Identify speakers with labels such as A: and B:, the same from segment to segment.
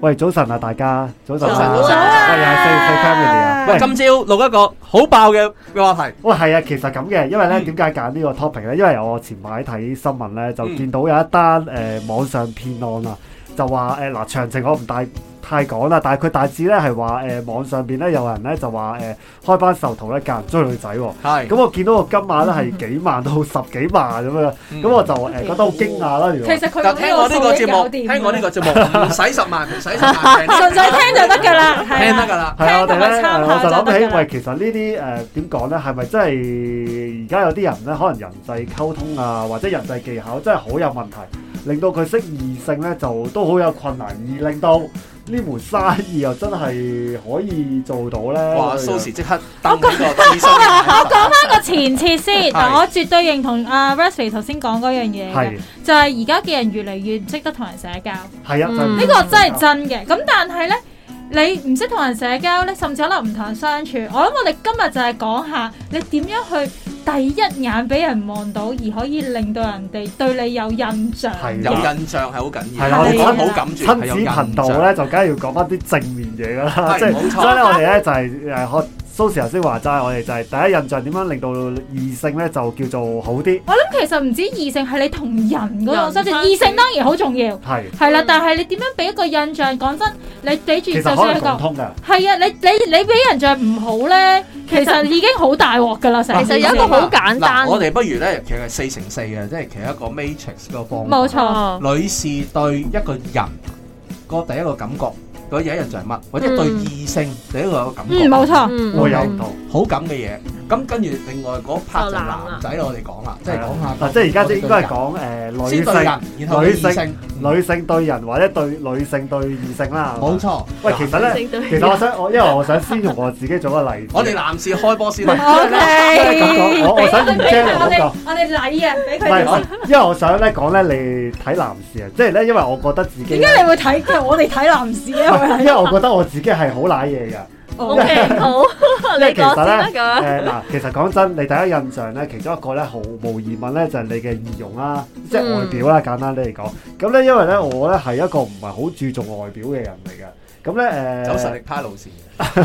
A: 喂，早晨啊，大家，早晨啊，
B: 早晨
C: 早晨啊
A: 喂，又係四四 family 啊，喂
C: 喂， 今朝錄一個好爆嘅嘅話題，
A: 喂，係啊，其實咁嘅，因為咧點解揀呢個 topic 咧？因為我前排睇新聞咧，就
C: 嗯
A: 見到有一單誒、呃、網上騙案啊，就話誒嗱詳情我唔大太講啦，但係佢大致咧係話誒網上邊咧有人咧就話誒、呃、開班授徒咧教人追女仔喎、
C: 係
A: 咁我見到個金額咧係幾萬到十幾萬咁樣，咁我就誒、
C: 嗯
A: 呃、覺得好驚訝啦，原
B: 其
A: 來
B: 實佢
C: 就聽我呢個節目，聽
B: 聽
C: 我呢個節 目唔使十萬，唔使 十萬，
B: 純粹聽就得㗎啦， 係
C: 聽得
B: 啦。
C: 㗎啦，
A: 係啊，我哋咧，誒
B: 聽同埋參考
A: 我就
B: 就
A: 諗
B: 得
A: 起，
B: 㗎
A: 喂，其實呢啲誒點講咧，係咪真係而家有啲人咧，可能人際溝通啊，或者人際技巧真係好有問題，令到佢識異性咧就都好有困難，而令到呢門生意又真係可以做到咧。
C: 哇！
A: 咁樣
C: 蘇時即刻登呢個資 訊，
D: 我講翻個前設先，
C: 係
D: 嗱，我絕對認同阿 à, Wesley 頭先講嗰樣嘢嘅
A: 係
D: 就係而家嘅人越嚟越唔識得同人社交，呢
A: 係啊，
B: 嗯
A: 呢
D: 個真係真嘅。咁但係呢，你唔識同人社交呢，甚至可能唔同人相處。我諗我哋今日就係講下你點樣去第一眼俾人望到，而可以令到人哋對你有印象。
A: 係
C: 有印象係好緊要，
A: 係啦我哋
C: 你
A: 講
C: 好感住，
A: 親
C: 係
A: 子
C: 有印象
A: 頻道，咧，就梗係要講翻啲正面嘢㗎 啦，即
C: 係
A: 係。所以
C: 冇錯，
A: 咧，我哋咧就係呃誒學蘇 Sir 頭先話齋，我哋就係第一印象點樣令到異性咧就叫做好啲，
D: 我諗其實唔止異性，係你同人嗰種
B: 人
D: 相處，
B: 相處
D: 異性當然好重要，
A: 係
D: 係啦
B: 嗯。
D: 但係你點樣俾一個印象？講真，你俾住
A: 其
D: 就
A: 實
D: 算
A: 可
D: 係一
A: 能
D: 個
A: 共。通㗎。
D: 係啊，你你你俾人着唔好咧，其實已經好大鑊噶啦，成
B: 其實有一個好簡單
C: 嗱，我哋不如咧，其實係四乘四嘅，即係其實一個 matrix 個方法
D: 冇錯，
B: 哦
C: 女士對一個人個第一個感覺，嗰第一印象係乜，或者對
B: 嗯
C: 異性第一個感覺，
D: 嗯冇錯，
B: 嗯
A: 我有唔同，
C: 好感嘅嘢。咁跟住另外嗰 part 就
B: 就男啦
C: 男仔我哋講啦，即係講
A: 嗱，
C: 下
A: 即係而家即應該係
C: 講
A: 講誒
C: 先
A: 女性
C: 對人，然後對異性，
A: 女性對人或者對女性對異性啦。係嘛
C: 冇。錯。
A: 喂，其實咧，其實我想我因為我想先用 我自己做個例子。
C: 我哋男士開波先啦，
A: 即係咁講
B: ，OK，
A: 我我想
D: 俾
A: g
D: 佢我
A: e
D: 哋
A: 嗰個。
D: 我哋禮啊，俾
A: 唔
D: 佢
A: 係
D: 哋
A: 我
D: 先。，
A: 因為我想咧講咧，你睇男士啊，即係咧，因為我覺得自己
D: 點，解你會睇嘅？我哋睇男士 啊，
A: 因為我覺得我自己係好瀨嘢㗎。
B: ，OK，好，
A: 因
B: 你
A: 為其
B: 講
A: 實
B: 先
A: 咧，
B: 啦
A: 誒嗱，其實講真，你第一印象咧，其中一個咧，毫無疑問咧，就係你嘅儀容啦，
B: 嗯
A: 即係外表啦，簡單啲嚟講。咁咧，因為咧，我咧係一個唔係好注重外表嘅人嚟嘅。咁咧
C: 走實
A: 誒，
C: 力派路線。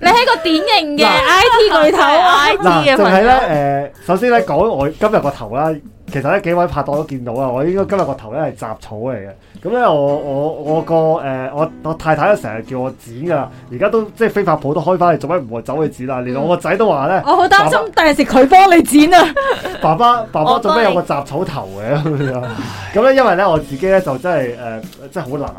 D: 你係一個典型嘅
A: 嗱
D: I T 巨頭啊！
B: ，I T
A: 嗱，
B: 嘅
A: 淨
B: 朋
A: 係
B: 友，
A: 咧誒，首先咧講我今日個頭啦，其實咧幾位拍檔都見到啊，我應該今日個頭咧係雜草嚟嘅。咁咧，我我我個誒、我我太太咧成日叫我剪㗎啦，而家都即係飛髮鋪都開翻，你做乜唔我走去剪啊？連我個仔都話咧。
D: 我好擔心第時佢幫你剪啊！
A: 爸爸爸爸
B: 我
A: 做咩有
B: 幫你
A: 個雜草頭嘅 咁樣？咁咧，因為咧我自己咧就真係誒、呃真係好懶啊！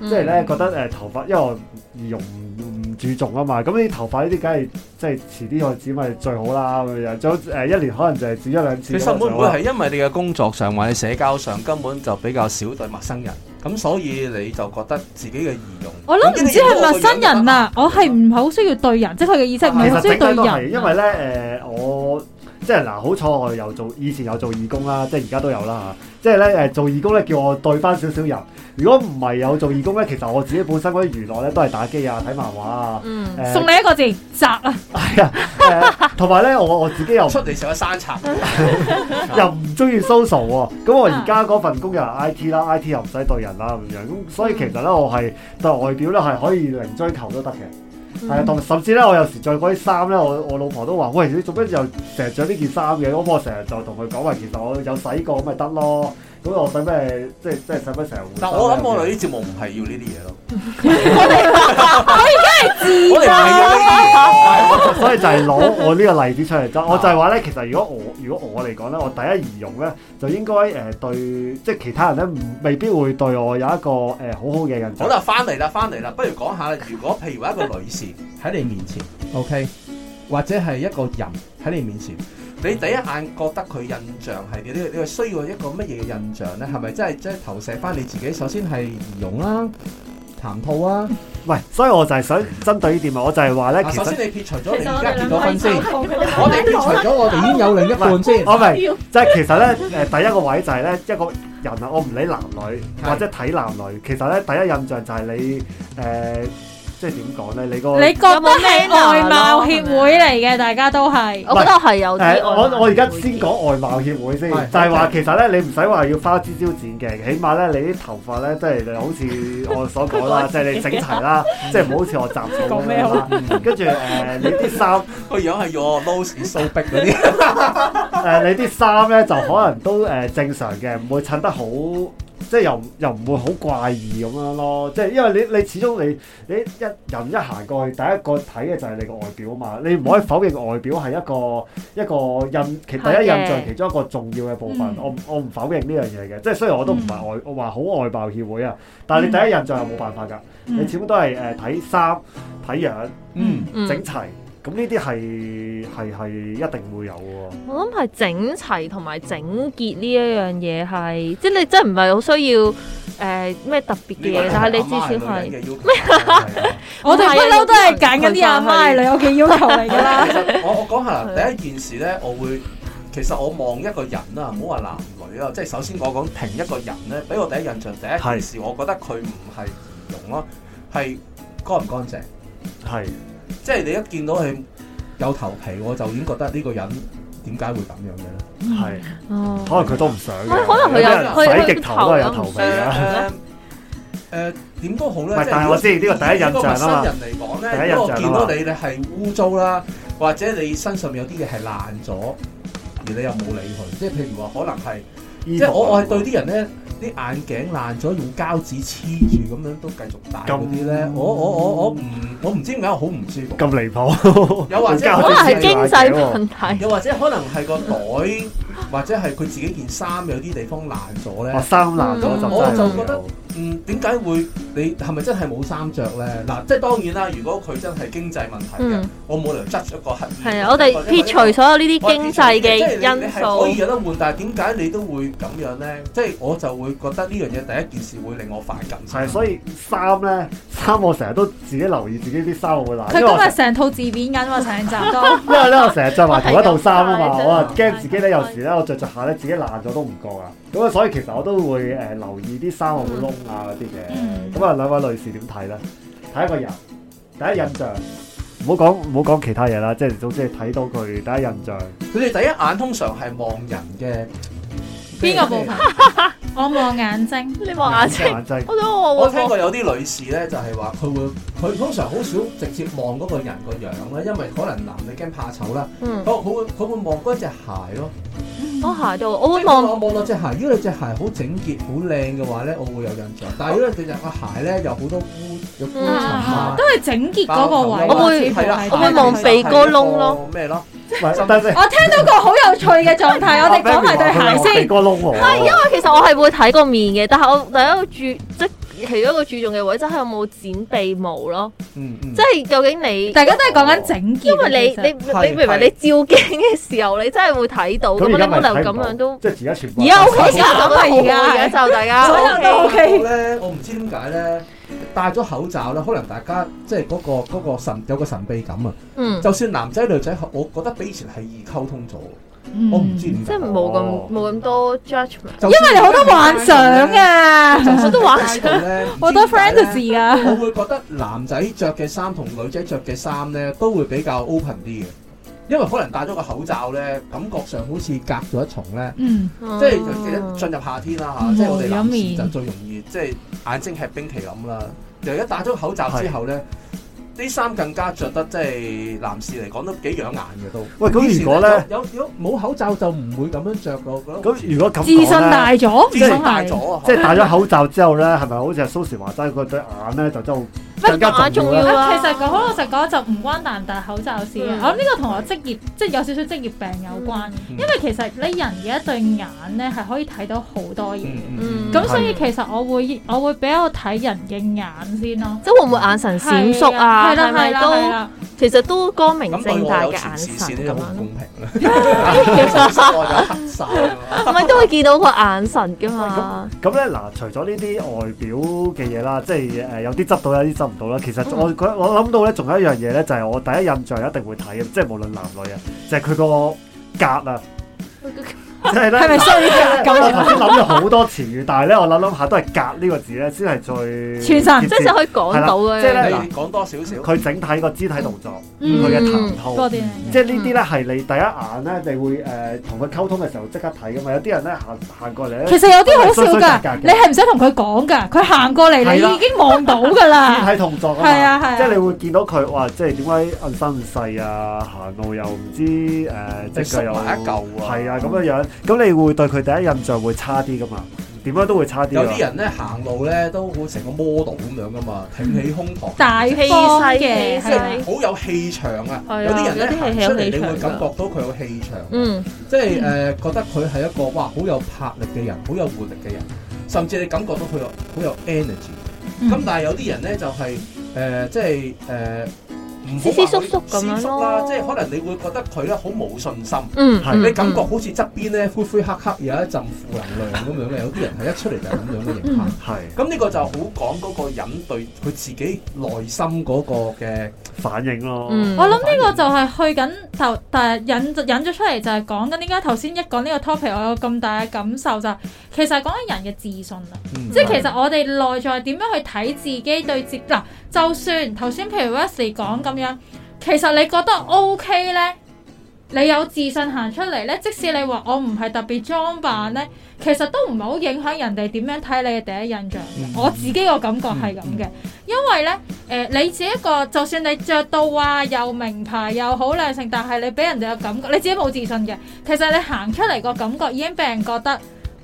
A: 即係咧覺得誒、呃、頭髮，因為我儀容唔唔注重啊嘛，咁呢啲頭髮呢啲梗係即係遲啲去剪咪最好啦咁樣。最好誒一年可能就係剪一兩次
C: 其
A: 咁就好
C: 實
A: 啦。
C: 會唔會係因為你嘅工作上或者社交上根本就比較少對陌生人，咁所以你就覺得自己嘅儀容，
D: 我諗唔知係陌生人啊，我係唔好需要對人，即係佢嘅意識唔
A: 其
D: 係好
A: 實
D: 需要
A: 整
D: 對
A: 體都係，
D: 人。
A: 因為咧誒、呃我即係嗱，好彩我有做，以前有做義工啦，即係而家都有啦嚇。即係咧誒做義工咧，叫我對翻少少人。如果唔係有做義工咧，其實我自己本身嗰啲娛樂咧都係打機啊、睇漫畫啊。
B: 嗯，
A: 誒
D: 送你一個字，宅啊！
A: 係啊，誒，同埋咧，我我自己又唔
C: 出嚟成個山賊。
A: 又唔中意 social 喎，咁我而家嗰份工又係 IT 啦，IT 又唔使對人啦咁樣，咁所以其實咧，我係對外表咧係可以零追求都得嘅，
B: 嗯
A: 係啊，同甚至咧，我有時着嗰啲衫咧，我我老婆都話：喂，你做咩又成日着呢件衫嘅？咁我成日就同佢講話，其實我有洗過咁咪得咯，咁我使咩即係即係使乜成日換衫咧？
C: 但我諗我哋啲節目唔係要呢啲 嘢咯，
D: 自
C: 我哋唔係要呢啲嘢。
A: 所以就係攞我呢個例子出嚟
C: 啊
A: 就，我就係話咧，其實如果我如果我嚟講咧，我第一儀容咧就應該誒、呃、對，即係其他人咧唔未必會對我有一個誒、呃好好嘅印
C: 好
A: 象。
C: 啦，翻嚟啦，翻嚟啦，不如講下，如果譬如話一個女士喺你面前，OK，或者係一個人喺你面前，你第一眼覺得佢印象係你你係需要一個乜嘢嘅印象咧？係咪真係即係投射翻你自己？首先係儀容啦、談吐啊。
A: 喂，所以我就係想 針對呢點啊，我就係話咧，
C: 啊
A: 其
C: 首
A: 實
C: 先你撇除咗
D: 其
C: 你
D: 實
C: 而
D: 我
C: 家結
D: 哋兩
C: 咗婚先，
D: 個
C: 我哋撇除咗我哋已經有另一半先。
A: 我明，即哦係其實咧誒、第一個位就係咧一個人啊，我唔理男女
C: 係
A: 或者睇男女，其實咧第一印象就係你誒、呃即係點講咧？你個
D: 你覺得係外
B: 啊
D: 貌協會嚟嘅，大家都係。
B: 我覺得係有
A: 誒
B: 啲
A: 我我而家先
B: 講，
A: 講外貌協會先，就
C: 係
A: 係話其實咧，你唔使話要花枝招展嘅，起碼咧你啲頭髮咧，即係你好似我所講 啦，即係你整齊啦，即係唔好好似我雜草
D: 講
A: 咁
D: 咩
A: 樣
D: 好
A: 啦。跟住誒，你啲衫
C: 個樣係 your nose is so big 嗰啲，
A: 誒，你啲衫咧就可能都誒正常嘅，唔會襯得好，即係又又唔會好怪異咁樣咯。即係因為你你始終你你一人一行過去，第一個睇嘅就係你個外表啊嘛。你唔可以否認外表係一個一個印其第一印象其中一個重要嘅部分。
D: 嗯
A: 我唔我唔否認呢樣嘢嘅，即係雖然我都唔係外我話好外貌協會啊，但係你第一印象係冇辦法㗎。
D: 嗯
A: 你始終都係誒睇衫、睇樣、
C: 嗯，
B: 嗯
A: 整齊，咁呢啲係係係一定會有嘅喎。
B: 我諗係整齊同埋整潔呢一樣嘢係，即係你真係唔係好需要誒咩特別嘅嘢，但係你至少係
C: 咩？其
D: 我
B: 啊
D: 哋不嬲都係揀緊啲阿媽係女屋企要求
A: 啊
D: 嚟㗎 啦。
C: 實我我講下啦，第一件事咧，我會其實我望一個人啦，唔好話男女啦，啊即係首先我講評一個人咧，俾我第一印象第一件事，我覺得佢唔係儀容咯，係乾唔乾淨。
A: 係。
C: 即係你一見到佢有頭皮，我就已經覺得呢個人點解會咁樣嘅咧？
A: 係，
B: 哦
A: 可能佢都唔想嘅。
B: 喂可能佢有
A: 有啲人洗極頭都係有頭
B: 佢
A: 皮
B: 佢個頭有唔
A: 嘅。
C: 誒誒點都好咧
A: 唔，係
C: 即係
A: 但係我知呢個第一印象啊嘛
C: 如果陌生人嚟講
A: 第一
C: 咧，
A: 印
C: 如
A: 象啊嘛
C: 果我見到你你係污糟啦，或者你身上面有啲嘢係爛咗，而你又冇理佢，即係譬如話可能係，
A: 即
C: 即係我我係對啲人咧。啲眼鏡爛咗，用膠紙黐住咁樣都繼續戴嗰啲咧
A: 咁，
C: 我我我我唔我唔知點解我好唔舒服。
A: 咁離譜，
C: 又 或者
B: 可能係經濟問題，
C: 又或者可能係個袋，或者係佢自己件衫有啲地方爛咗
A: 學
C: 咧。
A: 生
B: 嗯
A: 難咗就真
C: 我
A: 係
C: 就
A: 會
C: 覺得
A: 有
C: 嗯，點解會你係咪真係冇衫着咧？嗱，即係當然啦，如果佢真係經濟問題嘅，
B: 嗯，
C: 我冇理由質一個乞兒。
B: 係啊，我哋撇除所有呢啲經濟嘅
C: 即係你
B: 因
C: 你係可以
B: 素，
C: 有得換，但係點解你都會咁樣咧？即係我就會覺得呢樣嘢第一件事會令我反感。
A: 係，所以衫咧， 衫我成日都自己留意自己啲衫會爛，
D: 佢
A: 因為我
D: 今日成套字面緊喎，成集都。
A: 因為咧我成日着埋同一套衫啊嘛，
B: 我係
A: 我啊
B: 有
A: 驚自己咧有時咧我着着下咧自己爛咗都唔覺啊，咁啊所以其實我都會誒留意啲衫會窿啊嗰啲
D: 嗯
A: 嘅，咁啊兩位女士點睇咧？睇一個人第一印象，唔好講唔好講其他嘢啦，即係總之你睇到佢第一印象。
C: 佢哋第一眼通常係望人嘅
D: 邊個部分？我望眼睛。
B: 你望眼睛，
A: 眼睛
B: 我想我
C: 嗯我
B: 會
C: 聽
B: 望
C: 過有啲女士咧，就係話佢會佢通常好少直接望嗰個人個樣啦，因為可能男嘅驚怕醜啦，
B: 嗯
C: 佢，佢會佢會望嗰隻鞋咯。
B: 我鞋度，我會
C: 望
B: 望
C: 我望落隻鞋，如果你隻鞋好整潔、好靚嘅話咧，我會有印象。但係如果你隻個鞋咧有好多污、有污塵
D: 啊
C: 啊，
D: 都係整潔啊嗰個位，
B: 我會
D: 似乎係
B: 我會望鼻哥窿咯，
C: 咩咯？
A: 唔係，但係
D: 我聽到個好有趣嘅哦狀態，
C: 啊
D: 我哋講埋對鞋
A: 鼻
D: 先。啊
A: 哥窿喎。
B: 係因為其實我係會睇個面嘅，但係我第一個注即係其中一個注重嘅位，真係有冇剪鼻毛咯，
C: 嗯嗯
B: 即，係究竟你。
D: 大家都係講緊整潔，
B: 因為你你
C: 係
B: 你明唔明？
C: 係
B: 你照鏡嘅時候，你真係會睇到咁，
A: 咁
B: 你
A: 而家
B: 冇
A: 咪
B: 理
A: 睇
B: 由
A: 唔
B: 咁樣
A: 到
B: 都。
A: 即係而家全部
D: 而
A: 人
D: 家
A: 都
D: OK
A: 睇唔
D: 㗎
B: 咁啊而家
D: 而
B: 就大家
D: 所有都
B: OK，
D: OK。
C: 咧，我唔知點解咧，戴咗口罩咧，可能大家即係嗰個嗰個神有個神秘感啊。
B: 嗯，
C: 就算男仔女仔，我覺得比以前係易溝通咗。
D: 嗯
C: 我唔知點
B: 即
C: 解
B: 係。冇
C: 哦
B: 咁冇咁多 judgment。
C: 因
D: 因為你好多幻想， 啊，
C: 就
B: 都幻想
D: 好多 fantasy 啊。
C: 我會覺得男仔着嘅衫同女仔着嘅衫咧，都會比較 open 啲嘅，因為可能戴咗個口罩咧，感覺上好似隔咗一重咧。
D: 嗯，
C: 即係其實進入夏天啦嚇，
D: 嗯
C: 即係我哋男士
D: yummy
C: 就最容易即係眼睛吃冰淇淋啦。又一戴咗口罩之後咧，啲衫更加着得即係男士嚟講都幾養眼嘅都。
A: 喂咁如果咧，
C: 有有冇口罩就唔會咁樣着咯。
A: 咁如果咁
D: 自信大
A: 講咧，
D: 咗，
C: 自
D: 真
C: 信大
D: 係
C: 咗啊，
A: 即係戴咗口罩之後咧，係咪好似阿蘇時話齋佢對眼咧就真係更加重要
B: 眼重
A: 咧？
B: 要啊
D: 其實講好老實講，就唔關戴唔戴口罩事嘅。啊
B: 嗯
D: 我諗呢個同我職業，即係有少少職業病有關。
C: 嗯
D: 因為其實你人嘅一對眼咧，係可以睇到好多嘢。
C: 嗯
B: 嗯
D: 咁所以其實我會我會比較睇人嘅眼先咯。
B: 即係會唔會眼神閃縮啊？
D: 係啦
B: 係
D: 係
B: 咪
D: 啦係
B: 都
D: 啦，
B: 其實都光明
C: 嗯咁對
B: 嗯正
C: 我
B: 大
C: 有
B: 嘅
C: 前
B: 眼
C: 視
B: 神
C: 線呢
B: 咁啊
C: 個唔公
B: 樣？
C: 平啦，
B: 其
C: 我有黑晒 啊
B: 實咪都會見到個眼神噶嘛？
A: 咁咧嗱，除咗呢啲外表嘅嘢啦，即係誒有啲執到，有啲執唔到啦。其實我覺我諗到咧，仲有一樣嘢咧，就係我第一印象一定會睇嘅，即係無論男女啊，就係佢個格啊。即係咧，
E: 係咪衰㗎咁
A: 我
E: 樣
A: 頭先諗咗好多詞語，但係咧我諗諗下都係隔呢個字咧先係最
E: 全神
B: 即係就可以
A: 係
B: 講
A: 啦
B: 到
A: 即係
B: 嘅。
A: 咧
C: 你講多少少，
A: 佢整體個肢體動作，
B: 嗯
A: 佢嘅談吐
D: 多。啲啊
A: 即係呢啲咧係你第一眼咧，你會誒同佢溝通嘅時候即刻睇噶嘛。有啲人咧行行過嚟咧，
D: 其實有啲好
A: 衰衰
D: 笑
A: 格格
D: 㗎，
A: 嘅
D: 你係唔使同佢講㗎，佢行過嚟
A: 係啦
D: 你已經望到㗎
A: 肢
D: 啦。
A: 體動作啊嘛
D: 係啊係啊
A: 即係你會見到佢哇，即係點解暗身細啊，行路又唔知誒隻腳又
C: 你縮埋一嚿啊
A: 係啊咁樣樣。咁你會對佢第一印象會差啲噶嘛？點樣都會差啲㗎。
C: 有啲人咧行路咧都好成個 model 咁樣噶嘛，挺起胸膛，
D: 大方嘅，
B: 氣勢
C: 即係
D: 係啊
B: 氣勢
C: 好有氣場啊！
B: 係啊
C: 有啲人咧
B: 有啲係
C: 行
B: 有
C: 出嚟，
B: 氣
C: 你
B: 場
C: 會
B: 㗎
C: 感覺到佢有氣場，啊
B: 嗯，
C: 即係誒、覺得佢係一個哇好有魄力嘅人，好有活力嘅人，甚至你感覺到佢有好有 energy。
D: 嗯
C: 咁、但係有啲人咧就係、誒，即係誒唔好話佢
B: 斯斯縮縮咁樣咯
C: 斯縮啦，即係可能你會覺得佢咧好冇信心。
B: 嗯，
A: 係
B: 嗯
C: 你感覺好似側邊咧灰灰黑黑有一陣負能量咁樣嘅，有啲人係一出嚟就係咁樣嘅形
B: 嗯
C: 態。
A: 係
C: 咁呢個就好講嗰個人對佢自己內心嗰個嘅
A: 反應咯。
B: 嗯
D: 我諗呢個就係去緊頭，但係引引咗出嚟就係講緊點解頭先一講呢個 topic，我有咁大嘅感受就係其實係講緊人嘅自信啊。
C: 嗯
D: 即係其實我哋內在點樣去睇自己對接嗱，就算頭先譬如 Wesley 講咁樣，其實你覺得 OK 呢？你有自信行出嚟呢，即使你話我唔係特別裝扮呢，其實都唔係好影響人哋點樣睇你嘅第一印象。
C: 嗯
D: 我自己個感覺係咁嘅，因為呢，誒、你自己一個就算你着到啊又名牌又好靚性，但係你俾人哋嘅感覺，你自己冇自信嘅，其實你行出嚟個感覺已經俾人覺得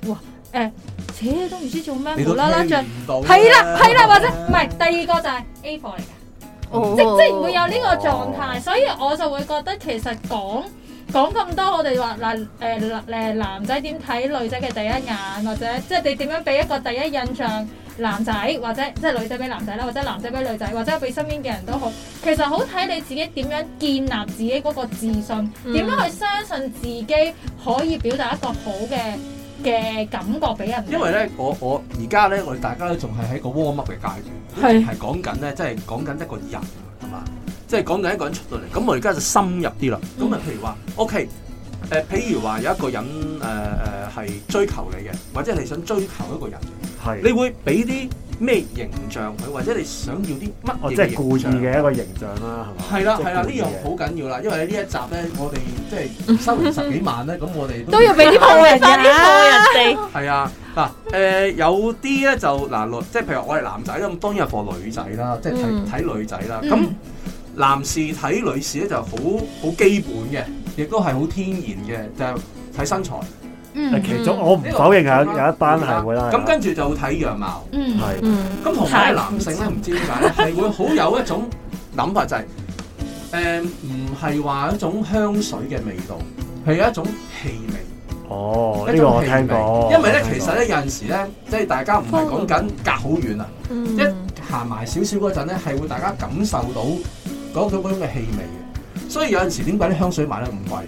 D: 哇誒、切都唔知做咩，
C: 你
D: 無
C: 都
D: 啦啦着。
C: 到
D: 係啦，係啦，或者唔係第二個就係 A 貨嚟嘅，
B: 哦
D: 即即係會有呢個狀態，所以我就會覺得其實講講咁多，我哋話嗱誒誒男仔點睇女仔嘅第一眼，或者即係你點樣俾一個第一印象男仔，或者即係女仔俾男仔啦，或者男仔俾女仔，或者俾身邊嘅人都好，其實好睇你自己點樣建立自己嗰個自信，
B: 嗯
D: 點樣去相信自己可以表達一個好嘅嘅感覺俾人哋。
C: 因為咧，我我而家咧，我哋大家都仲係喺個 warm up 嘅階段，
D: 係
C: 係講緊咧，即係講緊一個人係嘛，即係講緊一個人出到嚟。咁我而家就深入啲啦。
D: 嗯
C: 咁啊，譬如話，OK，誒、譬呃如話有一個人誒誒係追求你嘅，或者你想追求一個人，
D: 嗯
A: 係
C: 你會俾啲咩形象佢，或者你想要啲乜
A: 哦，
C: 嘢
A: 即係故意
C: 形象
A: 嘅一個形象啦，係嘛？
C: 係啦
A: 即係
C: 係啦，
A: 故
C: 呢
A: 意
C: 樣
A: 嘅
C: 好緊要啦，因為呢一集咧，我哋即 係收完十幾萬咧，咁我哋
D: 都要 俾啲鋪人
B: 快啲過人哋。
C: 係啊，嗱，誒有啲咧就嗱，女即係譬如我係男仔咁，當然係放女仔啦，即係
B: 嗯
C: 睇睇女仔啦。
D: 嗯
C: 咁、男士睇女士咧就好好基本嘅，亦都係好天然嘅，就係睇身材。
A: 但
D: 嗯
A: 其中我唔否認有有一班係啊會啦。
C: 咁跟住就會睇樣貌。
D: 嗯
A: 係
B: 嗯，
C: 咁同埋男性咧，唔知點解咧，係會好有一種諗法，就係誒唔係話一種香水嘅味道，係一種氣味。
A: 哦，
C: 一
A: 呢個
C: 種
A: 我
C: 氣
A: 聽過
C: 味。。因為咧，
A: 我聽
C: 其
A: 過
C: 實咧有陣時咧，即係大家唔係講緊隔好遠啊。
B: 嗯
C: 一行埋少少嗰陣咧，係會大家感受到嗰種嗰種嘅氣味嘅。所以有陣時點解啲香水賣得咁貴？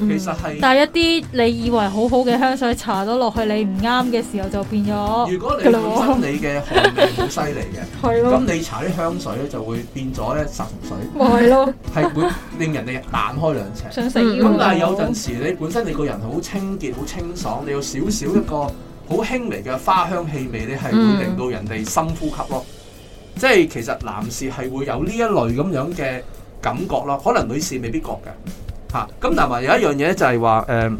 C: 其實係
D: 但係一啲你以為好好嘅香水搽咗落去，你唔啱嘅時候就變咗
C: 如果你本
D: 㗎啦喎
C: 身你嘅汗味好犀利 嘅，
D: 係
C: 咁
D: 咯，
C: 你搽啲香水咧就會變咗咧殺蟲水，
D: 咪係咯，
C: 係會令人哋彈開兩尺。
D: 想死
B: 嗯
C: 咁但係有陣時你本身你個人好清潔、好清爽，你有少少一個好輕微嘅花香氣味，你係
B: 嗯
C: 會令到人哋深呼吸咯。即係其實男士係會有呢一類咁樣嘅感覺咯，可能女士未必覺嘅嚇。咁同埋有一樣嘢就係話誒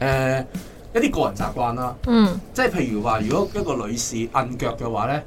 C: 誒一啲個人習慣啦，
B: 嗯，
C: 即係譬如話，如果一個女士摁腳嘅話咧。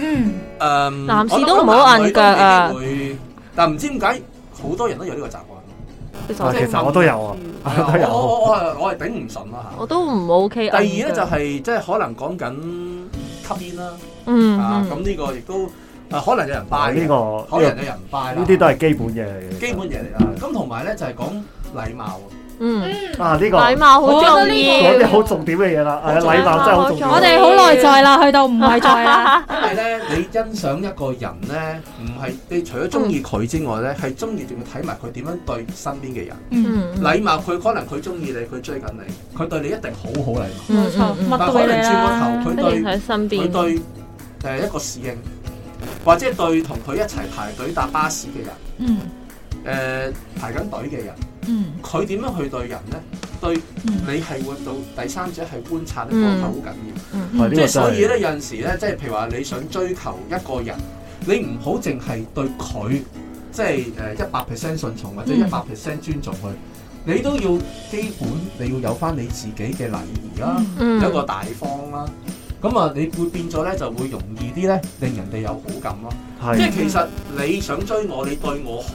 D: 嗯
C: 誒，
B: 男士都唔好摁腳啊
C: 我諗男女都未必會！但唔知點解好多人都有呢個習慣。
B: 其實
A: 啊
B: 我
A: 其實我都有啊，我 都
C: 係啊我
A: 有。
C: 我我係我係頂唔順啦嚇
B: 我。都唔 OK。
C: 第二咧就係、即係可能講緊吸煙啦，
B: 嗯
C: 啊
B: 嗯
C: 咁呢個亦都啊可能有人 buy
A: 呢
C: 嘅，
A: 個
C: 可
A: 呢
C: 能有人 buy 啦，
A: 個呢啲都係基本嘢嚟嘅。
C: 基本嘢嚟啦。咁同埋咧就係講禮貌，
B: 嗯，
D: 嗯，
A: 啊，呢個
B: 禮貌好重
D: 我覺得呢
A: 講
B: 要
D: 個。
A: 啲好重點嘅嘢啦。係啊
C: 好重要
A: 禮貌真係好重要。
D: 我哋好內在啦，去到唔內在啦，
C: 因為咧 你欣賞一個人咧，唔係你除咗中意佢之外咧，係中意仲要睇埋佢點樣對身邊嘅人。
D: 嗯，
B: 嗯，
C: 禮貌佢可能佢中意你，佢追緊你，佢對你一定好好禮貌。
B: 嗯
D: 嗯冇錯，
C: 但可
D: 乜對
C: 能
D: 你
C: 轉
D: 啦
C: 個頭，佢
B: 一定喺身
C: 佢
B: 邊。
C: 對誒一個侍應，或者對同佢一齊排隊搭巴士嘅人，
D: 嗯
C: 誒、排緊隊嘅人，
D: 嗯
C: 佢點樣去對人咧？對
D: 嗯
C: 你係會到第三者係觀察得過
B: 嗯
C: 好緊要。
A: 係呢個
C: 即係
A: 真
C: 所以
A: 係
C: 咧，有陣時咧，即係譬如話你想追求一個人，你唔好淨係對佢即係誒一百 percent 順從或者一
D: 嗯
C: 百 percent 尊重佢，你都要基本你要有翻你自己嘅禮儀啦。
B: 嗯
C: 有一個大方啦。咁啊，你會變咗咧，就會容易啲咧，令人哋有好感咯。即係
A: 係
C: 其實你想追我，你對我好，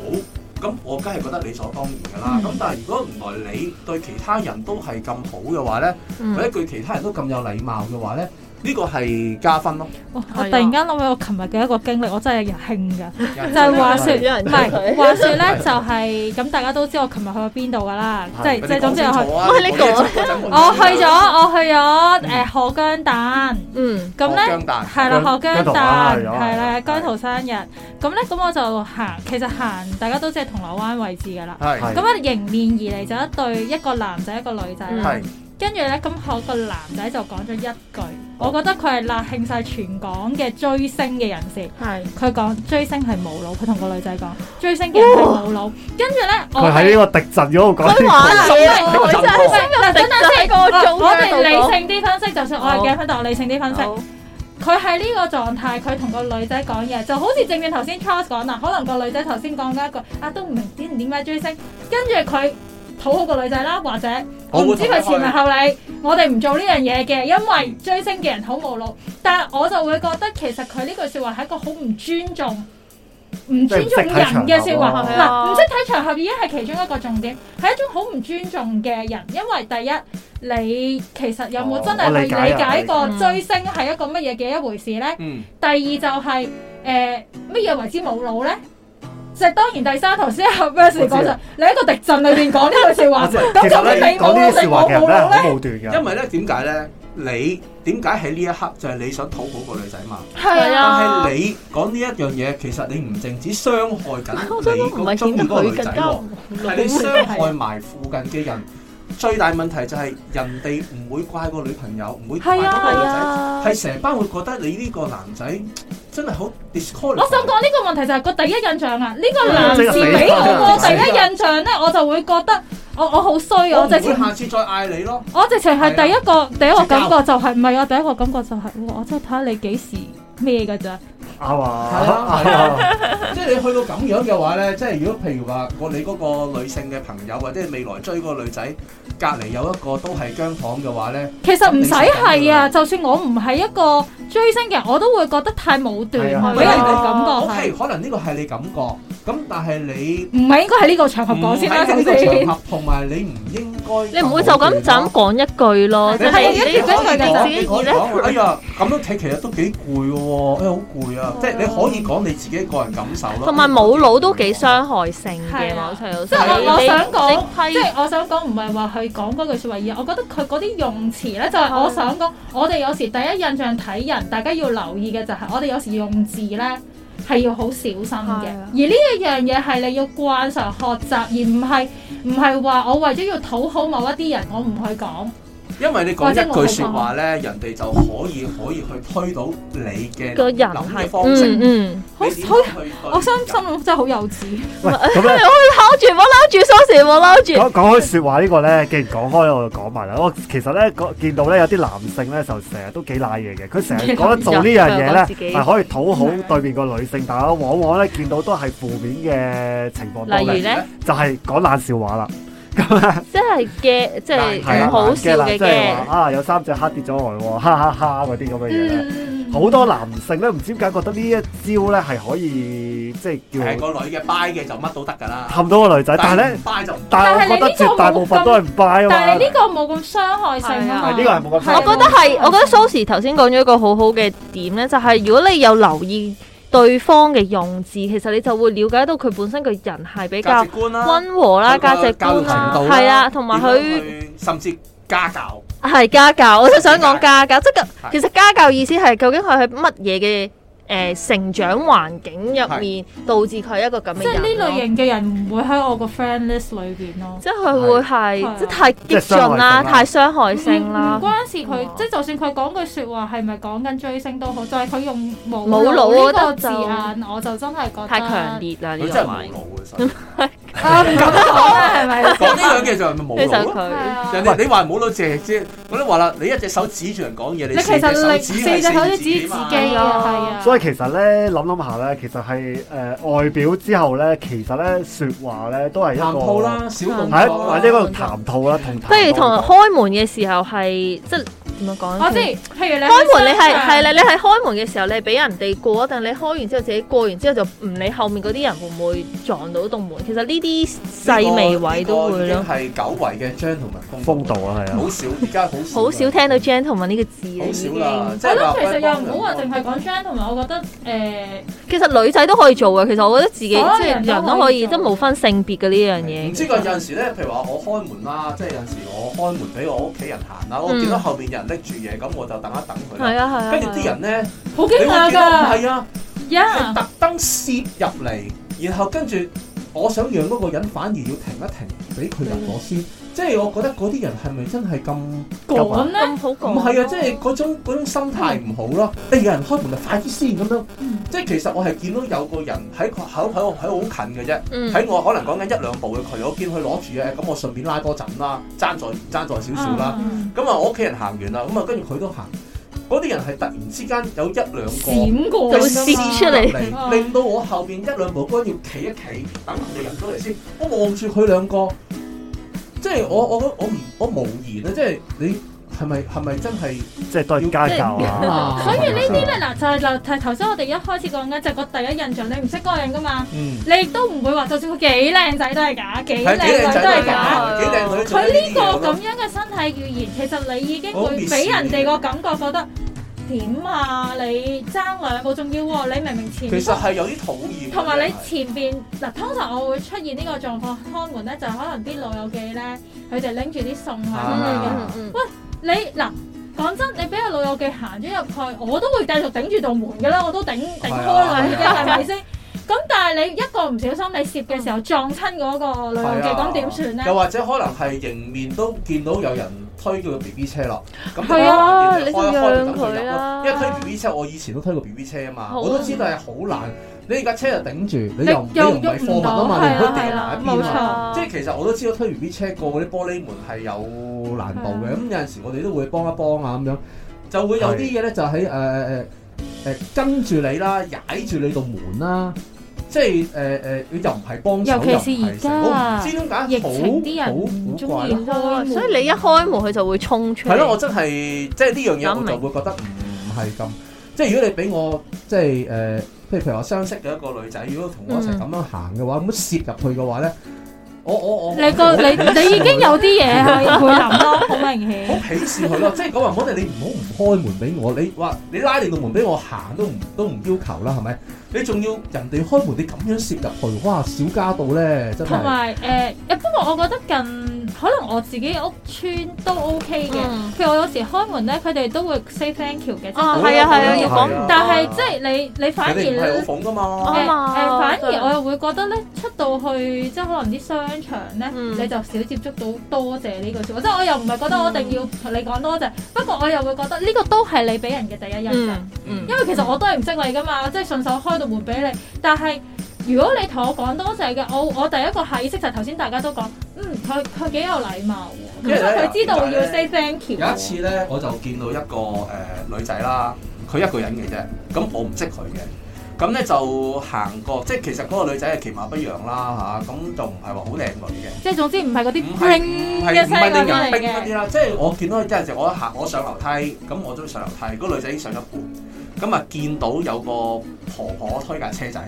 C: 咁我梗係覺得理所當然㗎啦。
D: 嗯
C: 咁、但係如果原來你對其他人都係咁好嘅話咧，或者對其他人都咁有禮貌嘅話咧，呢、個係加分咯。
D: 哇！
B: 係啊啊
D: 我突然間諗起我琴日嘅一個經歷，我真係有興㗎。 就係話
B: 話
D: 説，
B: 有人
D: 唔係話説咧，就係咁，大家都知我琴日去咗邊度㗎啦，
C: 哦
D: 即係即係總之我去，
B: 喂你講
D: 我去咗，我去咗誒荷姜蛋，
B: 嗯
D: 咁咧。
C: 嗯姜蛋
D: 係啦，
A: 姜
D: 學姜
A: 姜
D: 蛋
A: 糖啊
D: 係啦，
C: 係
D: 姜濤生日，咁咧咁我就行，其實行大家都知係銅鑼灣位置噶啦。
C: 係
A: 係
D: 咁咧迎面而嚟就一對一個男仔一個女仔啦，
C: 係
A: 嗯
D: 跟住咧咁我個男仔就講咗一句，我覺得佢係辣興晒全港嘅追星嘅人士。
B: 係
D: 佢講追星係冇腦，佢同個女仔講追星嘅人係冇腦。跟住咧我
A: 佢喺
D: 係
A: 呢個敵陣嗰度講
B: 佢
A: 呢
B: 玩
A: 個
B: 你啊！佢真係深入敵喺 個
D: 嗱
B: 中
D: 我哋理
B: 嘅
D: 性啲分析，就算我係嘅分，但我理性啲分析。佢喺呢個狀態，佢同個女仔講嘢，就好似正面頭先 Charles 講啦，可能個女仔頭先講緊一句啊，都唔明點點解追星，跟住佢討好個女仔啦，或者我唔知佢前文後理，我哋唔做呢樣嘢嘅，因為追星嘅人好無腦，但係我就會覺得其實佢呢句説話係一個好唔尊重。唔尊重人嘅説話，
B: 即係唔識睇場合啊
D: 嗱唔識睇場合已經係其中一個重點，係一種好唔尊重嘅人，因為第一。你其實有冇真
A: 哦我
D: 係
A: 理
D: 去
A: 解啊
D: 理解過
B: 嗯
D: 追星係一個乜嘢嘅一回事呢？
C: 嗯
D: 第二就係誒乜嘢為之冇腦呢？就係當然第三頭先阿 v e r s 講就你喺個敵陣裏邊講呢 句説話，咁
A: 其
D: 究
A: 實
D: 竟
A: 咧
D: 你冇
A: 講呢啲
D: 腦定
A: 説話
D: 我
A: 嘅人
D: 冇
A: 咧
D: 腦呢？
A: 好武斷
C: 因
A: 嘅，
C: 為咧點解咧？你點解喺呢一刻就係你想討好個女仔嘛？
B: 係
C: 但
B: 啊，
C: 係你講呢一樣嘢，其實你唔淨止傷害緊
B: 我想
C: 你
B: 講唔
C: 個
B: 係
C: 中
B: 顯
C: 意
B: 得
C: 嗰個女
B: 佢
C: 仔
B: 更加
C: 喎，
B: 唔
C: 係你傷害埋附近嘅人。最大問題就係人哋唔會怪個女朋友，唔會怪
D: 係啊
C: 嗰個女仔，
B: 啊，
C: 係成班會覺得你呢個男仔真係好 disqualify。
D: 我想講呢個問題就係個第一印象啊！呢個男
A: 即
D: 士
A: 係死
D: 俾我個
C: 啦
D: 第一印象呢，我就會覺得我我好衰
C: 我
D: 啊！我
C: 唔
D: 直
C: 會
D: 情
C: 下次再嗌你 咯。
D: 我直情係第一個第一個感覺就係唔係啊！第一個感覺就係哇我真係睇下你幾時咩㗎咋。
A: 啱
C: 係啊
A: 啊，
C: 係
A: 啱
C: 啊
A: 啊。
C: 即係你去到咁樣嘅話咧，即係如果譬如話我你嗰個女性嘅朋友或者未來追嗰個女仔，隔離有一個都係姜糖嘅話咧，
D: 其實唔使係啊，就算我唔係一個追星嘅人，我都會覺得太武斷，俾
A: 係
D: 人
A: 啊
D: 嘅感覺
C: O
D: 哦係
C: K，可能呢個係你感覺，咁但係你
D: 唔係應該喺呢個場合講先啦，係咪先？
C: 合同埋你唔應該，
B: 你唔會就咁就咁講一句咯，
C: 啊
B: 即係你自己意咧，
C: 哎呀，咁樣睇其實都幾攰嘅喎，哎呀好攰啊！即係你可以講你自己個人感受咯。
B: 同埋冇腦都幾傷害性嘅某程度
D: 即係
B: 上。
D: 我我想講，
B: 講
D: 即係我想講，唔係話佢講嗰句説話而，我覺得佢嗰啲用詞咧，就係、我想講，我哋有時第一印象睇人，大家要留意嘅就係、我哋有時用字咧係啊要好小心嘅，而呢一樣嘢係你要慣常學習，而唔係唔係話我為咗要討好某一啲人，我唔去講。
C: 因為你講一句説話咧，人哋就可以可以去推到你嘅
B: 個人
C: 諗嘅
B: 係
C: 方式。
B: 嗯嗯，
D: 好好，我心心諗真係好幼稚。
A: 喂，咁咧。啊
B: 攬住哎我攬住鎖匙我攬住，
A: 講講開説話呢個咧，既然講開我就講埋啦。我其實咧，個見到咧有啲男性咧就成日都幾賴嘢嘅，佢成日覺得做呢樣嘢咧係可以討好對面個女性，但係往往咧見到都係負面嘅情況多
B: 例如
A: 咧，
B: 咧，
A: 就係講爛笑話啦。
B: 即係嘅，即係
A: 啊
B: 唔好笑
A: 啦，
B: 嘅
A: 即係
B: 嘅，
A: 話啊有三隻蝦跌咗落嚟喎， 哈哈哈嗰啲咁嘅嘢咧。
D: 嗯
A: 好多男性咧唔知點解覺得呢一招咧係可以即係
C: 係
A: 叫
C: 個女嘅 buy 嘅就乜都得㗎啦，
A: 氹到個女仔，但係咧，
C: buy 就唔
A: 但係我覺得絕大部分都係唔 buy 啊嘛。
D: 但係呢個冇咁傷害性啊嘛。
A: 係呢個係冇咁傷害
B: 我覺得係，我覺得 Sosze 頭先講咗一個好好嘅點咧，就係、如果你有留意對方嘅用字，其實你就會了解到佢本身個人係比
C: 價
B: 較
C: 值觀啦，
B: 温和啦、
C: 佢個
B: 價值
C: 教育
B: 觀
C: 程
B: 啦
C: 度，啦
B: 係啦，同埋佢
C: 點樣去甚至家教。
B: 係家教。我就想講家教，即係
C: 係
B: 其實家教意思係究竟佢喺乜嘢嘅誒成長環境入面導致佢一個咁
D: 即係
B: 嘅人
D: 呢
B: 咯
D: 類。型嘅人唔會喺我個 friend list 裏邊咯。
B: 即係佢會係
D: 係
B: 即係太激進啦，
A: 即係傷害性啦
B: 太傷害性
D: 唔
B: 啦，
D: 關事，
B: 嗯
D: 佢即係就算佢講句説話係咪講緊追星都好，就係佢用冇
B: 冇
D: 腦
B: 腦
D: 呢
B: 我
D: 個
B: 覺
D: 字
B: 得就
D: 眼，我就真係覺得
B: 太強烈啦呢
C: 佢
B: 個
C: 真係冇
B: 位。
C: 腦嘅，
D: 啊，唔敢講啦，係咪？
C: 講呢兩句就係咪冇
B: 你想
C: 腦 咯？
D: 係
B: 佢
D: 啊
C: 人哋你話冇腦借啫，我都話啦，你一隻手指住人講嘢，
D: 你
C: 你
D: 其實
C: 手
D: 力
C: 指
D: 四隻手指指自己
C: 嘛
D: 嘅，係啊。
A: 所以其實咧諗諗下咧，其實係誒、呃外表之後咧，其實咧説話咧都係一個
C: 談吐，啦，小動
A: 係啊
C: 作
A: 或
C: 啦
A: 者嗰度談吐啦，同
B: 不如同
A: 談吐
B: 開門嘅時候係即係點樣講咧？
D: 我知，譬如你
B: 開門你係
D: 商場
B: 係啦，你係開門嘅時候你係俾人哋過，但你開完之後自己過完之後就唔理後面嗰啲人會唔會撞到棟門。其實呢啲細微位都會
C: 呢
B: 咯，
C: 個已經係久違嘅 gentleman
A: 風度啊，係啊。
C: 好少，而家好少，
B: 好少聽到 gentleman 呢個字啦
C: 好
B: 已
C: 少
B: 經。
C: 啦。即
D: 我
C: 係
D: 覺得
C: 話
D: 其實又唔好話
C: 喂
D: 淨係講 gentleman，我覺得誒
B: 其實女仔都可以做嘅，其實我覺得自己即
D: 所有
B: 係
D: 人都
B: 人都可
D: 可
B: 以，
D: 以
B: 即係
D: 做
B: 冇分性別嘅呢樣
C: 唔
B: 嘢。
C: 知個有陣時咧，譬如話我開門啦，即係有陣時我開門俾我屋企人行啦，我
B: 嗯
C: 見到後面有人拎住嘢，咁我就等一等佢
B: 係
C: 啦。
B: 啊係啊，
C: 跟住啲人咧，
D: 好
C: 你會
D: 驚訝
C: 見到唔
D: 㗎
C: 係啊，係
D: ，yeah，
C: 特登攝入嚟，然後跟住我想讓嗰個人反而要停一停，俾佢入我先。即係我覺得嗰啲人係咪真係咁？
D: 趕咧。
B: 咁好講。
C: 唔係啊，即係嗰種嗰種心態唔好咯。你有人開門就快啲先咁樣，
D: 嗯
C: 即係其實我係見到有個人喺個口喺我喺我好近嘅啫。
B: 嗯
C: 喺我可能講緊一兩步嘅距離，我見佢攞住嘢，咁我順便拉多陣啦，爭在爭在少少啦。
D: 嗯
C: 咁啊，我屋企人行完啦，咁啊，跟住佢都行。嗰啲人係突然之間有一兩個
D: 閃過
B: 就會
D: 㗎嘛
B: 攝出嚟
C: 嚟，令到我後邊一兩步嗰人要企一企，等人哋入咗嚟先。我望住佢兩個，即係我我我唔我無言啊！即係你係咪係咪真係
A: 即係都係家教啊。
D: 所以呢啲咧嗱就係就係頭先我哋一開始講緊就係個第一印象，你唔識嗰個人㗎嘛，
C: 嗯
D: 你亦都唔會話就算佢幾靚仔都係假，幾
C: 係
D: 靚
C: 幾靚仔
D: 女都係
C: 都係
D: 假。
C: 假，幾靚女都做
D: 佢
C: 緊
D: 呢
C: 啲嘢咯
D: 個咁樣嘅身體語言，其實你已經
C: 好
D: 會
C: 蔑視
D: 俾人哋個感覺覺得點啊？你爭兩步仲要喎，你明明前
C: 其實係有啲討厭嘅。
D: 同埋你
C: 真係
D: 前邊嗱，通常我會出現呢個狀況，開門咧就係可能啲老友記咧，佢哋拎住啲餸啊
C: 啊
B: 嗯嗯
D: 咁樣嘅。你嗱講真，你俾個老友記行咗入去，我都會繼續頂住道門㗎啦，我都頂頂開啦已經，係咪先？咁但係你一個唔小心你攝嘅時候撞親嗰個老友記，
C: 係啊
D: 咁點算咧？
C: 又或者可能係迎面都見到有人推佢個 B B 車落，咁
B: 係啊
C: 你可能見到開一開就等佢
B: 你
C: 入
B: 就讓佢啦
C: 咯。因為推 B B 車，我以前都推過 B B 車啊嘛，
B: 好啊
C: 我都知道係好難。你架車又頂住，
D: 你
C: 你又唔你
D: 又
C: 又唔係
D: 喐唔
C: 貨物啊
D: 到
C: 嘛，你唔可以
D: 係
C: 掟埋
D: 啦
C: 一邊
D: 冇錯
C: 啊。
B: 啊
C: 即係其實我都知道推 B B 車過嗰啲玻璃門係有難度嘅，
D: 係啊
C: 咁有陣時我哋都會幫一幫啊咁樣，就會有啲嘢咧就喺誒呃誒誒呃跟住你啦，踩住你度門啦。即係誒誒，你又唔係幫手，
D: 尤其是
C: 又唔
D: 而
C: 係
D: 家
C: 成我唔知點解
D: 疫情啲
C: 好
D: 人
C: 好
D: 唔
C: 古
D: 中
C: 怪
D: 意
C: 咯。
D: 開門，
B: 所以你一開門佢就會衝出嚟。
C: 係咯，我真係即係呢樣嘢，我
B: 諗
C: 就
B: 明
C: 會覺得唔係咁。即係如果你俾我即係誒，譬如譬如我相識嘅一個女仔，如果同我一
D: 嗯
C: 齊咁樣行嘅話，咁樣攝入去嘅話咧，我我我
D: 你個
C: 我
D: 你你已經有啲嘢係會諗咯，好 明
C: 好
D: 顯。
C: 鄙視佢咯，即係講話唔好你唔好唔開門俾我，你話你拉你道門俾我行都唔都唔要求啦，係咪？你仲要人哋開門，你咁樣攝入去，哇！小家到咧，真
D: 同
C: 係啊
D: 埋誒，誒不過我覺得近可能我自己屋村都 OK 嘅，
B: 嗯
D: 譬如我有時開門咧，佢哋都會 say thank you 嘅。
B: 啊，
D: 哦即係
B: 係啊係啊，要講唔
A: 係啊
B: 多
D: 但係即係你你反而
C: 哦
D: 哦
C: 你哋唔係
D: 誒
C: 好諷噶嘛。
B: 啱
D: 誒，
B: 啊
D: 反
B: 真係
D: 而我又會覺得咧，出到去即係可能啲商場咧，
B: 嗯
D: 你就少接觸到多謝呢句説話。即係我又唔係覺得我一定要同你講多謝，不過我又會覺得呢個都係你俾人嘅第一印象。
B: 嗯嗯
D: 因為其實我都係唔識你噶嘛，即係順手開到門俾你。但係如果你同我講多謝嘅，我我第一個下意識就係頭先大家都講，嗯，佢佢幾有禮貌
C: 因
D: 喎，
C: 為
D: 咁所以
C: 咧
D: 佢知道
C: 點
D: 要
C: 解咧
D: say thank you
C: 有一次咧，我就見到一個誒、呃女仔啦，佢一個人嘅啫，咁我唔識佢嘅。咁咧就行過，即係其實嗰個女仔係其貌不揚啦嚇，咁、就唔係話好靚女嘅，
D: 即係總之唔係嗰啲
C: 唔係
D: ring
C: 唔
D: 一
C: 係唔
D: 聲
C: 係
D: 嗰
C: 令
D: 啲嚟
C: 人冰嗰
D: 嘅，
C: 啲啦。即係我見到佢有陣時，我一行我上樓梯，咁我都上樓梯，嗰、個女仔已經上咗一半，咁啊見到有個婆婆推架車仔，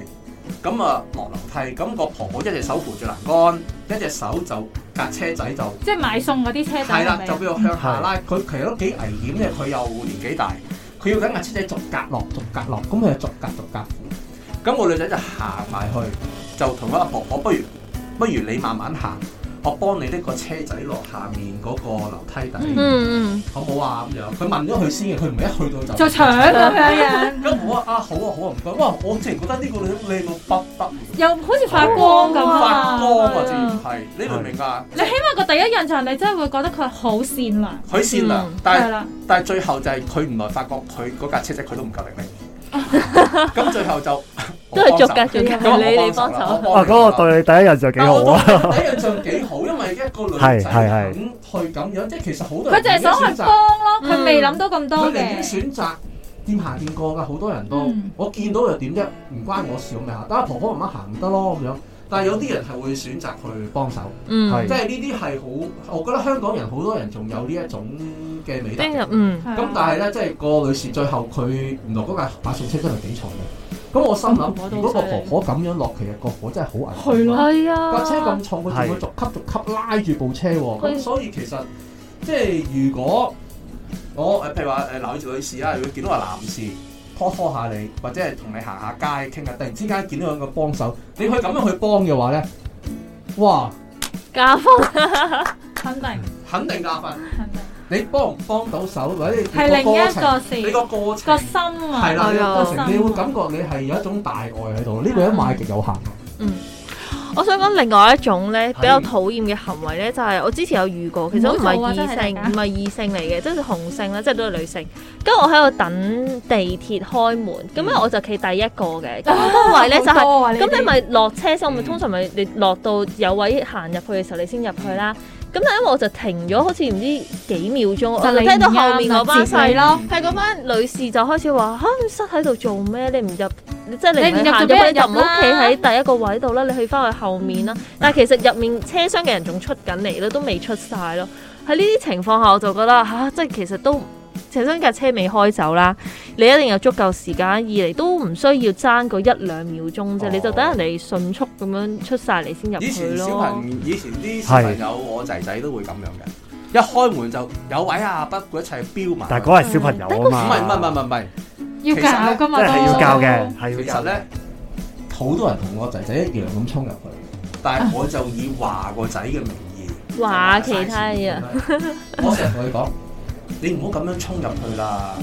C: 咁啊落樓梯，咁、個婆婆一隻手扶住欄杆，一隻手就架車仔就。
D: 即係買餸嗰啲車仔
C: 係啦
D: 係，咪
C: 就
D: 啊
C: 俾我向下拉。佢其實都幾危險嘅，佢又年紀大，佢要緊架車仔逐格落，逐格落，咁佢就逐格逐格扶。咁我女仔就行埋去，就同嗰阿婆哦婆，不如不如你慢慢行，我幫你拎個車仔落下面嗰個樓梯底，
B: 嗯
C: 好唔好啊？咁樣，佢問咗佢先嘅，佢唔係一去到
D: 就
C: 就。
D: 搶咁樣樣，
C: 咁我話啊好啊好啊唔該，哇！我之前覺得呢個女靚到不得了，
D: 又好似發光咁
C: 發
D: 啊！
C: 光啊！
B: 係啊
C: 直情係，你明唔明啊？
D: 你起碼個第一印象，你真係會覺得佢好善良，
C: 佢善良
B: 嗯，
C: 但係
D: 係。啦，
C: 但係最後就係佢原來發覺佢嗰架車仔佢都唔夠力拎，咁最後就
B: 都係逐格
C: 做
B: 逐格你你幫手
A: 啊，嗰個對你第一印象幾好啊！
C: 啊！我覺得第一印象幾好，因為一個女仔
A: 係係係
C: 肯去咁樣，即係其實好多人
D: 佢就係想去
C: 已經選
D: 幫
C: 擇，
D: 咯，
B: 嗯
D: 佢未諗到咁
C: 佢
D: 多
C: 寧願
D: 嘅。
C: 選擇掂行掂過㗎，好多人都
D: 嗯
C: 我見到又點啫？唔關我事，我咪行得，婆婆媽媽行唔得咯咁樣。但係有啲人係會選擇去幫手，
B: 嗯
A: 係
C: 即係呢啲係好，我覺得香港人好多人仲有呢一種嘅美德
B: 邊
C: 嘅
B: 個。嗯
D: 係啊
C: 咁但係咧，即係個女士最後佢原來嗰架白送車真係幾重嘅。咁我心
B: 個
C: 諗
B: 婆婆，都
C: 如果個
B: 好犀
C: 婆
B: 利
C: 婆咁樣落，其實個婆真係好危
D: 係
C: 險
D: 咯
C: 啊。
B: 係
C: 架
B: 啊，
C: 車咁重，佢仲要
A: 係
C: 逐級逐級拉住部車喎。
B: 係
C: 咁所以其實即係如果呃我誒譬如話誒留意住女士啊啦，如果見到個男士拖拖下你，或者係同你行下街傾下，突然之間見到有個幫手，你可以咁樣去幫嘅話咧，哇，
B: 加風
D: 肯定
C: 肯定加分。
D: 肯定
C: 你幫唔幫到手，或者你
D: 係
C: 你個
D: 另
C: 過
D: 一
C: 程，
D: 個
C: 你
D: 事，
C: 個過
D: 個
C: 程。
D: 心啊，
C: 係啦，你
B: 係啊
C: 個過程你會感
D: 覺
C: 覺你係有一種大愛喺度，呢個一賣極有限嘅。
B: 我想講另外一種咧
A: 係
B: 比較討厭嘅行為咧，就係、我之前有遇過，其實我唔係
D: 唔好
B: 異
D: 做啊真係
B: 性，
D: 大家
B: 唔係異性嚟嘅，即係同性啦，即係都係女性。跟住我喺度等地鐵開門，咁
D: 嗯
B: 咧我就企第一 個嘅，咁嗰個位咧就係、
D: 啊
B: 咁你咪落車先，我咪
C: 嗯
B: 通常咪你落到有位行入去嘅時候，你先入去啦。咁但係因為我就停咗，好似唔知幾秒鐘，我就聽到
D: 啊
B: 後面嗰班細
D: 細
B: 路，
D: 咯，
B: 係嗰班女士就開始話嚇，你塞喺度做咩？你唔入，你即係
D: 你唔入
B: 你唔
D: 就
B: 行
D: 俾
B: 入去，
D: 人
B: 你就唔
D: 入啦
B: 好企喺第一個位度啦，你去翻去後面啦。但係其實入面車廂嘅人仲出緊嚟啦，都未出晒咯。喺呢啲情況下，我就覺得嚇、即係其實都。車廂架車未開走啦，你一定有足夠時間。二嚟都唔需要爭嗰一兩秒鐘啫，
C: 哦
B: 你就等人哋迅速咁樣出晒嚟先入
C: 以
B: 去
C: 前小
B: 咯。
C: 朋以前啲小朋友，我仔仔都會咁樣嘅，一開門就有位啊，不顧一切標埋。
A: 但係嗰係小朋友啊
C: 唔
A: 嘛，
C: 係唔係唔係唔係，
D: 要教噶
A: 即
D: 嘛，
A: 係要教嘅，
C: 其
A: 係要
C: 實
A: 教嘅
C: 咧。好多人同我仔仔一樣咁衝入去，但係我就以話個仔嘅名義
B: 話其他嘢啊，
C: 我成日同佢講：你唔好咁樣衝入去啦，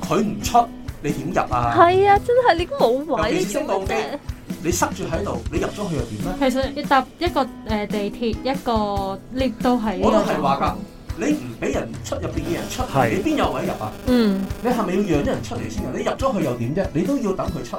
C: 佢唔出你點入啊？
B: 係啊，真係你都冇位，
C: 尤
B: 你
C: 其是
B: 做
C: 升
B: 乜
C: 降
B: 啫
C: 機？你塞住喺度，你入咗去又點咧？
D: 其實要搭一個誒地鐵一個 lift 都係，
C: 我都係話㗎，你唔俾人出入邊嘅人出，
A: 係
C: 你邊有位入啊？
B: 嗯，
C: 你係咪要讓啲人出嚟先啊？你入咗去又點啫？你都要等佢出，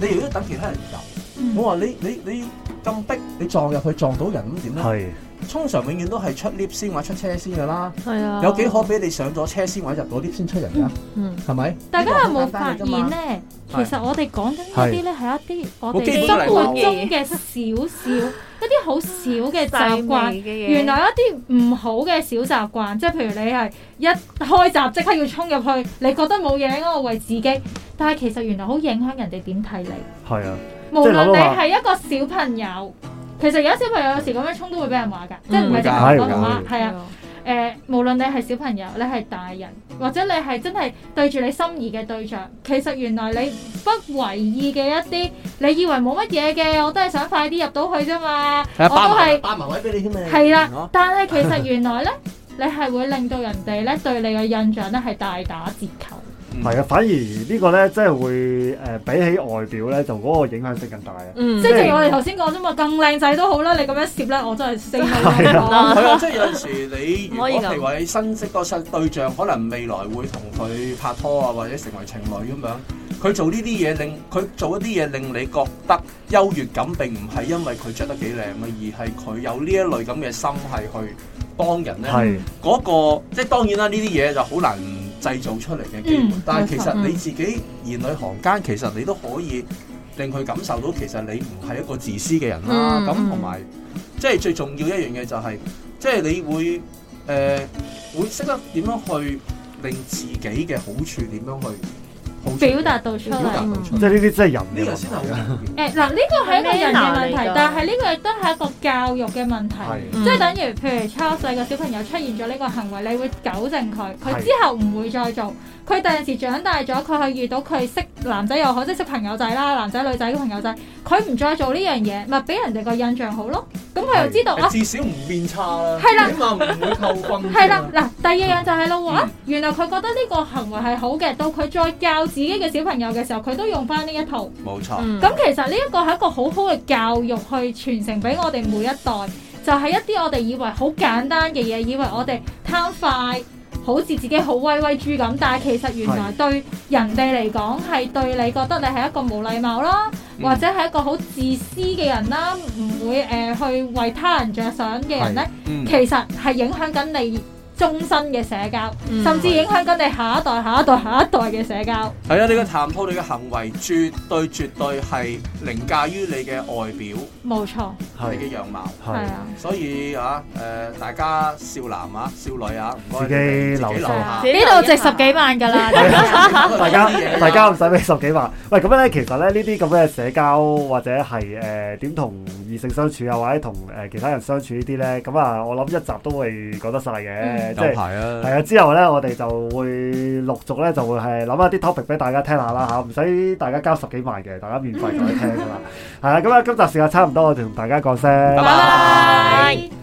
C: 你又要等其他人入。
D: 㗎，
C: 我話你你你咁逼，你撞入去撞到人咁點咧？
A: 係
C: 通常永遠都係出 lift 先或者出車先㗎啦。
B: 係啊。
C: 有幾可俾你上咗車先或者入到 lift 先出人㗎？
B: 嗯？
C: 係咪？
D: 大家有
C: 呢
D: 冇
C: 個好
D: 發
C: 簡單㗎
D: 現
C: 嘛？
D: 咧？其
C: 係
D: 實我哋講緊嗰啲咧係一啲我
C: 好基
D: 哋
C: 本
D: 生
C: 嚟
D: 活
B: 講
D: 中嘅少少一啲好少嘅習慣
B: 習慣。嘅嘢，
D: 原來一啲唔好嘅小習慣，即係譬如你係一開閘即刻要衝入去，你覺得冇嘢應該我為自己，但係其實原來好影響人哋點睇你。
A: 係啊，
D: 無
A: 即係諗
D: 論
A: 到
D: 你
A: 話
D: 係一個小朋友，其實而家小朋友有時咁樣衝都會俾人話㗎，即係唔
A: 會
D: 係淨係
A: 㗎
D: 我媽
A: 會
D: 係
B: à?
D: 啊。，誒、無論你係小朋友，你係大人，或者你係真係對住你心儀嘅對象，其實原來你不為意嘅一啲，你以為冇乜嘢嘅，我都係想快啲入到去啫嘛，
C: 係啊，
D: 我都
C: 包埋
D: 係
C: 包埋位俾你添咩？
D: 係啦
C: 哦。
D: 但係其實原來呢，你係會令到人哋呢對你嘅印象呢係大打折扣。
A: 係啊，反而呢個咧，即係會誒比起外表咧，就嗰個影響性更大啊。
B: 嗯，
D: 即係正如我哋頭先講啫嘛，更靚仔都好啦，你咁樣攝呢，我真係升
A: 係
D: 到
B: 啊
C: 係啊，即係有陣時你如
B: 唔
C: 果
B: 可以咁
C: 譬如話你新識個新對象，可能未來會同佢拍拖啊，或者成為情侶咁樣，佢做呢啲嘢令佢做一啲嘢令你覺得優越感，並唔係因為佢着得幾靚啊，而係佢有呢一類咁嘅心係去幫人咧。
A: 係
C: 嗰、個即係當然啦，呢啲嘢就好難製造出嚟嘅機會。
D: 嗯
C: 但係
D: 冇錯
C: 其實你自己言裏行間，其實你都可以令佢感受到，其實你唔係一個自私嘅人啦。
B: 嗯
C: 咁
B: 嗯
C: 同埋即係最重要一樣嘢就係、即係你會誒、呃、會識得點樣去令自己嘅好處點樣去好處
D: 表達到出
C: 表達
D: 嚟。嗯
C: 到出
A: 即
C: 嚟。
A: 係呢啲真係人
C: 呢
A: 嘅
C: 個
A: 問
C: 先係好
A: 題
C: 重
A: 啊。
C: 要。
D: 誒嗱，呢個係一個人嘅問
B: 係咩
D: 題
B: 嚟㗎，
D: 但係呢個亦都係一個教育嘅問題。
A: 係
B: 嗯
D: 即係等於，譬如初細個小朋友出現咗呢個行為，你會糾正佢，佢
A: 係
D: 之後唔會再做。佢第陣時長大咗，佢去遇到佢識男仔又好，即係識朋友仔啦，男仔女仔嘅朋友仔，佢唔再做呢樣嘢，咪俾人哋個印象好咯。咁佢又知道啊，
C: 至少唔變差啦，
D: 係啦
C: 起碼唔會扣分。啊
D: 係啦，嗱，第二樣就係咯喎，啊
C: 嗯
D: 原來佢覺得呢個行為係好嘅，到佢再教自己嘅小朋友嘅時候，佢都用翻呢一套。
C: 冇錯。
B: 嗯
D: 咁其實呢一個係一個好好嘅教育去傳承俾我哋每一代，就係、一啲我哋以為好簡單嘅嘢，以為我哋貪快，好似自己好威威豬咁，但係其實原來對人哋嚟講係對你覺得你係一個冇禮貌啦，
C: 嗯
D: 或者係一個好自私嘅人啦，唔會誒、呃去為他人着想嘅人咧，
C: 嗯
D: 其實係影響緊你終身嘅社交，
B: 嗯
D: 甚至影響緊你下一代、下一代、下一代嘅社交。
C: 係啊！你嘅談吐、你嘅行為，絕對絕對係凌駕於你嘅外表、
D: 冇錯，
C: 你嘅樣貌。
D: 係
A: 係
D: 啊，
C: 所以啊，誒、大家少男啊、少女啊，唔該
A: 自己
C: 你哋自
A: 留
C: 己
A: 數
C: 留
A: 係
C: 下
B: 啊。
D: 呢度值十幾萬㗎啦。
A: 係啊大
C: 大
A: 家大家唔使俾十幾萬。喂，咁樣咧，其實咧呢啲咁嘅社交或者係誒點同異性相處啊，或者同誒、呃其他人相處呢啲咧，咁啊，我諗一集都會講得晒嘅，
D: 嗯
A: 即係。
C: 排啊
A: 係啊，之後咧，我哋就會陸續咧就會係諗下啲 topic 俾大家聽下啦嚇，唔使大家交十幾萬嘅，大家免費就可以聽噶啦。係啦，咁啊，今集時間差唔多，我哋同大家講聲，
C: 拜
D: 拜拜。